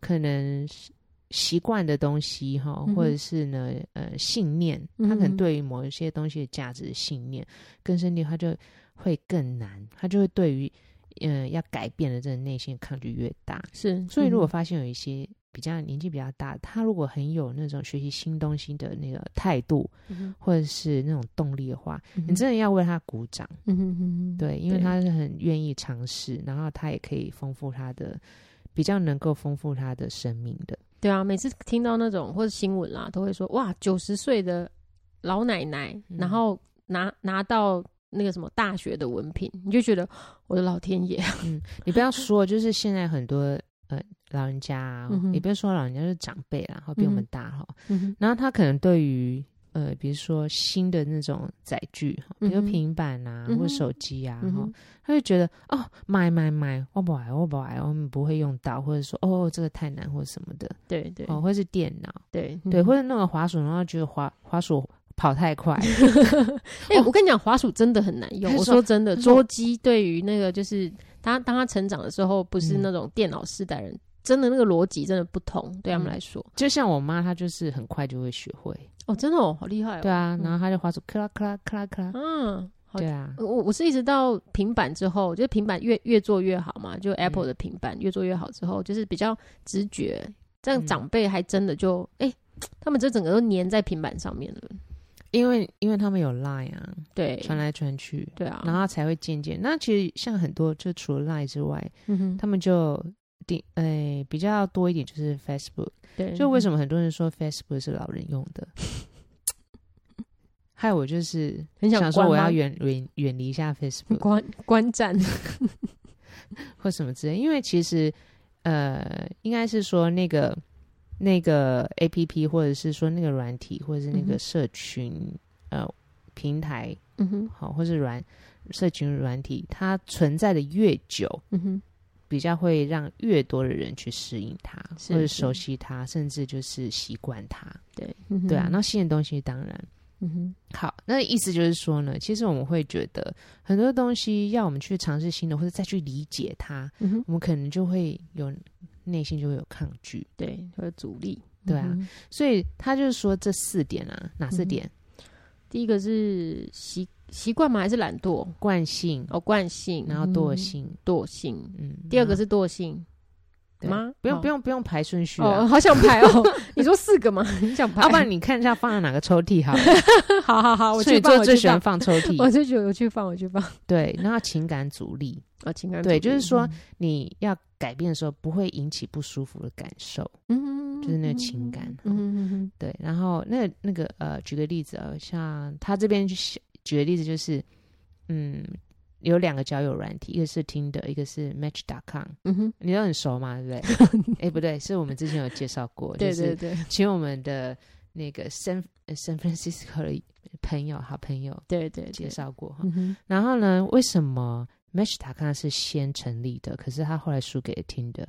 Speaker 1: 可能是习惯的东西哈，
Speaker 2: 嗯哼
Speaker 1: 或者是呢呃信念，
Speaker 2: 嗯
Speaker 1: 他可能
Speaker 2: 哼
Speaker 1: 对于某一些东西的价值的信念根深蒂固，他就会更难，他就会对于嗯、呃要改变的这个内心的抗拒越大。
Speaker 2: 是，
Speaker 1: 所以如果
Speaker 2: 嗯
Speaker 1: 发现有一些比较年纪比较大，他如果很有那种学习新东西的那个态度，
Speaker 2: 嗯哼
Speaker 1: 或者是那种动力的话，
Speaker 2: 嗯
Speaker 1: 你
Speaker 2: 哼
Speaker 1: 真的要为他鼓掌。
Speaker 2: 嗯哼嗯哼，
Speaker 1: 对，因为
Speaker 2: 对
Speaker 1: 他是很愿意尝试，然后他也可以丰富他的，比较能够丰富他的生命的。
Speaker 2: 对啊，每次听到那种或者新闻啦，都会说哇，九十岁的老奶奶，
Speaker 1: 嗯
Speaker 2: 然后拿拿到那个什么大学的文凭，你就觉得我的老 天爷，
Speaker 1: 你
Speaker 2: 哦
Speaker 1: 不要说，就是现在很多呃老人家、啊
Speaker 2: 嗯，哼
Speaker 1: 也不要说老人家就是长辈啦，然后比我们
Speaker 2: 嗯哼
Speaker 1: 大哈、
Speaker 2: 嗯哼
Speaker 1: 然后他可能对于呃，比如说新的那种载具哈，比如
Speaker 2: 嗯哼
Speaker 1: 平板啊、
Speaker 2: 嗯
Speaker 1: 或
Speaker 2: 哼
Speaker 1: 手机啊
Speaker 2: 嗯
Speaker 1: 哈、
Speaker 2: 哼
Speaker 1: 他就觉得哦买买买，我不买我不买，我们不会用到，或者说哦这个太难或什么的
Speaker 2: 对对
Speaker 1: 哦，或是电脑
Speaker 2: 对
Speaker 1: 对，
Speaker 2: 嗯
Speaker 1: 或者弄个滑鼠，然后觉得滑滑鼠跑太快。
Speaker 2: 哎、我跟你讲，滑鼠真的很难 用。
Speaker 1: 他
Speaker 2: 我
Speaker 1: 说
Speaker 2: 说真的，
Speaker 1: 哦他说
Speaker 2: 桌机对于那个就是他当他成长的时候，不是
Speaker 1: 嗯
Speaker 2: 那种电脑世代人，真的那个逻辑真的不同，对他们
Speaker 1: 嗯
Speaker 2: 来说。
Speaker 1: 就像我妈，她就是很快就会学会，
Speaker 2: 哦，真的哦，好厉害哦。
Speaker 1: 对啊，
Speaker 2: 嗯
Speaker 1: 然后她就滑出克拉克拉克拉克拉，
Speaker 2: 嗯，好。
Speaker 1: 啊对啊，
Speaker 2: 我我是一直到平板之后，就是平板越越做越好嘛，就 Apple
Speaker 1: 嗯
Speaker 2: 的平板越做越好之后，就是比较直觉，这样
Speaker 1: 嗯
Speaker 2: 长辈还真的就哎、他们这整个都粘在平板上面了。
Speaker 1: 因为因为他们有 Line 啊，
Speaker 2: 对，
Speaker 1: 传来传去，
Speaker 2: 对啊，
Speaker 1: 然后才会渐渐。那其实像很多，就除了 Line 之外，
Speaker 2: 嗯哼，
Speaker 1: 他们就顶诶、比较多一点就是 Facebook，
Speaker 2: 对，
Speaker 1: 就为什
Speaker 2: 么？
Speaker 1: 么很多人说 Facebook 是老人用的， 害我就是
Speaker 2: 很想
Speaker 1: 想说
Speaker 2: 关
Speaker 1: 我要
Speaker 2: 吗
Speaker 1: 远远远离一下 Facebook
Speaker 2: 观观战，
Speaker 1: 或什么之类，因为其实呃，应该是说那个那个 A P P，或者是说那个软体，或者是那
Speaker 2: 嗯
Speaker 1: 个
Speaker 2: 哼
Speaker 1: 社群、呃平台
Speaker 2: 嗯哼，
Speaker 1: 好、或是软社群软体，它存在的越久，
Speaker 2: 嗯哼，
Speaker 1: 比较会让越多的人去适应它，
Speaker 2: 是
Speaker 1: 或者
Speaker 2: 是
Speaker 1: 熟悉它，甚至就是习惯它。
Speaker 2: 对，嗯哼
Speaker 1: 对啊，，那新的东西当然
Speaker 2: 嗯哼，
Speaker 1: 好，那意思就是说呢，其实我们会觉得很多东西要我们去尝试新的，或者再去理解它，
Speaker 2: 嗯哼，
Speaker 1: 我们可能就会有内心就会有抗拒，
Speaker 2: 对，会有阻力，
Speaker 1: 对啊。
Speaker 2: 嗯哼嗯
Speaker 1: 所以他就是说这四点啊，哪四点？
Speaker 2: 第一个是习习惯吗？还是懒惰？
Speaker 1: 惯性，
Speaker 2: 哦，惯性，
Speaker 1: 然后惰性，
Speaker 2: 惰性。
Speaker 1: 嗯。
Speaker 2: 嗯第二个
Speaker 1: 是
Speaker 2: 是惰性吗？
Speaker 1: 不用
Speaker 2: 好
Speaker 1: 不用不用排顺序
Speaker 2: 哦，
Speaker 1: 啊，
Speaker 2: 好想排 哦！你说四个吗？你想排？
Speaker 1: 要不然你看一下放在哪个抽屉好了。
Speaker 2: 哦好好好，我
Speaker 1: 处女
Speaker 2: 去放，
Speaker 1: 座
Speaker 2: 我
Speaker 1: 最
Speaker 2: 去
Speaker 1: 喜欢
Speaker 2: 放，
Speaker 1: 放抽
Speaker 2: 我
Speaker 1: 屉，
Speaker 2: 就觉得我去放，我去放。
Speaker 1: 对。然后情感阻力，
Speaker 2: 哦，情感
Speaker 1: 对，
Speaker 2: 主
Speaker 1: 就
Speaker 2: 义
Speaker 1: 是说，你要改变的时候不会引起不舒服的感受。
Speaker 2: 嗯，
Speaker 1: 就是那个情感
Speaker 2: 嗯嗯嗯
Speaker 1: 对，然后那个那个呃，举个例子啊、像他这边就是举个例子就是，嗯，有两个交友软体，一个是 Tinder，一个是 Match.com，
Speaker 2: 嗯哼，
Speaker 1: 你都很熟嘛，对不 对？哎，不对，是我们之前有介绍过，
Speaker 2: 对
Speaker 1: 就
Speaker 2: 对
Speaker 1: 是
Speaker 2: 对
Speaker 1: 请我们的那个 San 呃 San Francisco 的朋友好朋友
Speaker 2: 对对，
Speaker 1: 介
Speaker 2: 对，
Speaker 1: 绍过哈。
Speaker 2: 嗯哼，
Speaker 1: 然后呢，为什么 Match.com 是先成立的，可是他后来输给了 Tinder？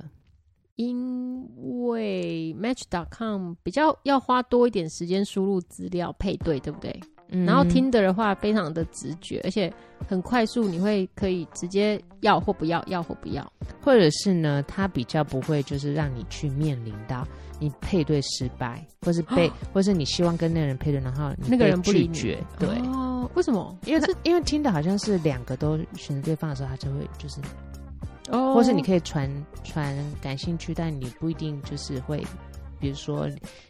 Speaker 2: 因为 Match.com 比较要花多一点时间输入资料配对，对不对？
Speaker 1: 嗯
Speaker 2: 然后 Tinder 的话非常的直觉，而且很快速，你会可以直接要或不要，要或不要。
Speaker 1: 或者是呢，他比较不会就是让你去面临到你配对失败，或是 被，或是你希望跟那个人配对，然后你
Speaker 2: 那个
Speaker 1: 被
Speaker 2: 人不
Speaker 1: 拒
Speaker 2: 理你
Speaker 1: 绝，对。
Speaker 2: 哦，为什么？
Speaker 1: 因为 他因为听的好像是两个都选择对方的时候，他就会就是，
Speaker 2: 哦，
Speaker 1: 或是你可以传传感兴趣，但你不一定就是会，比如说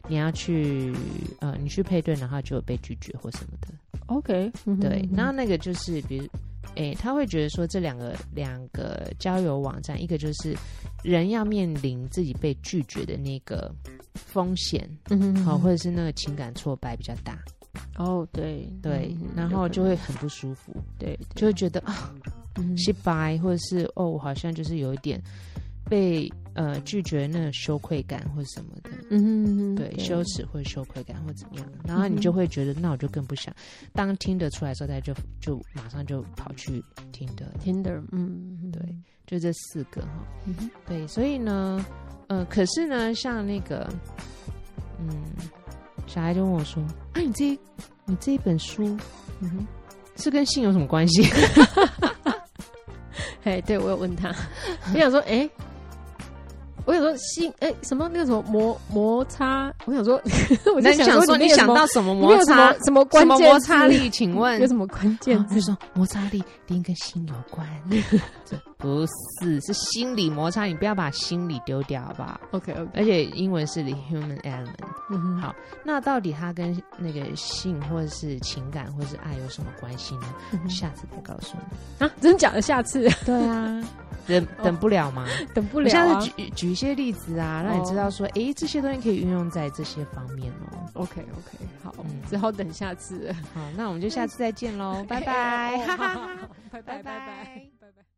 Speaker 1: 你要去呃你去配对，然后就被拒绝或什么的，
Speaker 2: OK，嗯
Speaker 1: 对。然后
Speaker 2: 那
Speaker 1: 那个就是比如，诶、他会觉得说这两个两个交友网站，一个就是人要面临自己被拒绝的那个风险，
Speaker 2: 嗯
Speaker 1: 好、或者是那个情感挫败比较大，
Speaker 2: 哦对
Speaker 1: 对，
Speaker 2: 嗯
Speaker 1: 然后就会很不舒服，
Speaker 2: 对，
Speaker 1: 就会觉得啊
Speaker 2: 嗯
Speaker 1: 失败，或者是哦，我好像就是有一点被呃拒绝那种羞愧感或什么的。
Speaker 2: 嗯哼嗯哼
Speaker 1: 对，羞耻或羞愧感或怎么样，然后
Speaker 2: 嗯
Speaker 1: 你
Speaker 2: 哼
Speaker 1: 就会觉得，那我就更不想。当听得出来的时候，大家就就马上就跑去听的，
Speaker 2: Tinder，嗯，
Speaker 1: 对就这四个哈。
Speaker 2: 嗯哼，
Speaker 1: 对，所以呢，呃，可是呢，像那个，嗯，小孩就问我说：“啊，你这一你这一本书
Speaker 2: 嗯哼，
Speaker 1: 是跟性有什么关系
Speaker 2: 哎，对我有问他， 我想说，哎。我想说性哎、什么那个什么摩摩擦，我想说，？”我
Speaker 1: 那
Speaker 2: 就
Speaker 1: 你想
Speaker 2: 说
Speaker 1: 说
Speaker 2: 里
Speaker 1: 你
Speaker 2: 面有什
Speaker 1: 想
Speaker 2: 么
Speaker 1: 到什么
Speaker 2: 里面
Speaker 1: 摩
Speaker 2: 有什
Speaker 1: 擦
Speaker 2: 么？什么
Speaker 1: 什
Speaker 2: 关
Speaker 1: 么
Speaker 2: 键
Speaker 1: 摩擦
Speaker 2: 字
Speaker 1: 力？ 请问
Speaker 2: 有什么关键
Speaker 1: 然后
Speaker 2: 字？
Speaker 1: 就说摩擦力一定跟心有 关，这不是是心理摩擦，你不要把心理丢掉，好不好？
Speaker 2: OK OK，
Speaker 1: 而且英文是 the human element。
Speaker 2: 嗯哼，
Speaker 1: 哎好，那到底它跟那个性或者是情感或者是爱有什么关系呢？
Speaker 2: 嗯哼
Speaker 1: 下次再告诉你。
Speaker 2: 啊，真假的，下次
Speaker 1: 对啊，等等不了吗？
Speaker 2: 等哦不
Speaker 1: 我
Speaker 2: 了
Speaker 1: 下
Speaker 2: 啊
Speaker 1: 次。举举一些例子啊，让你知道说，诶，这些东西可以运用在这些方面哦。
Speaker 2: OK OK，好，
Speaker 1: 嗯
Speaker 2: 只好等下次了。
Speaker 1: 好，那我们就下次再见喽，拜拜，
Speaker 2: 哦
Speaker 1: 哈哈
Speaker 2: 好
Speaker 1: 哈
Speaker 2: 好好拜拜
Speaker 1: 拜
Speaker 2: 拜拜
Speaker 1: 拜
Speaker 2: 拜拜。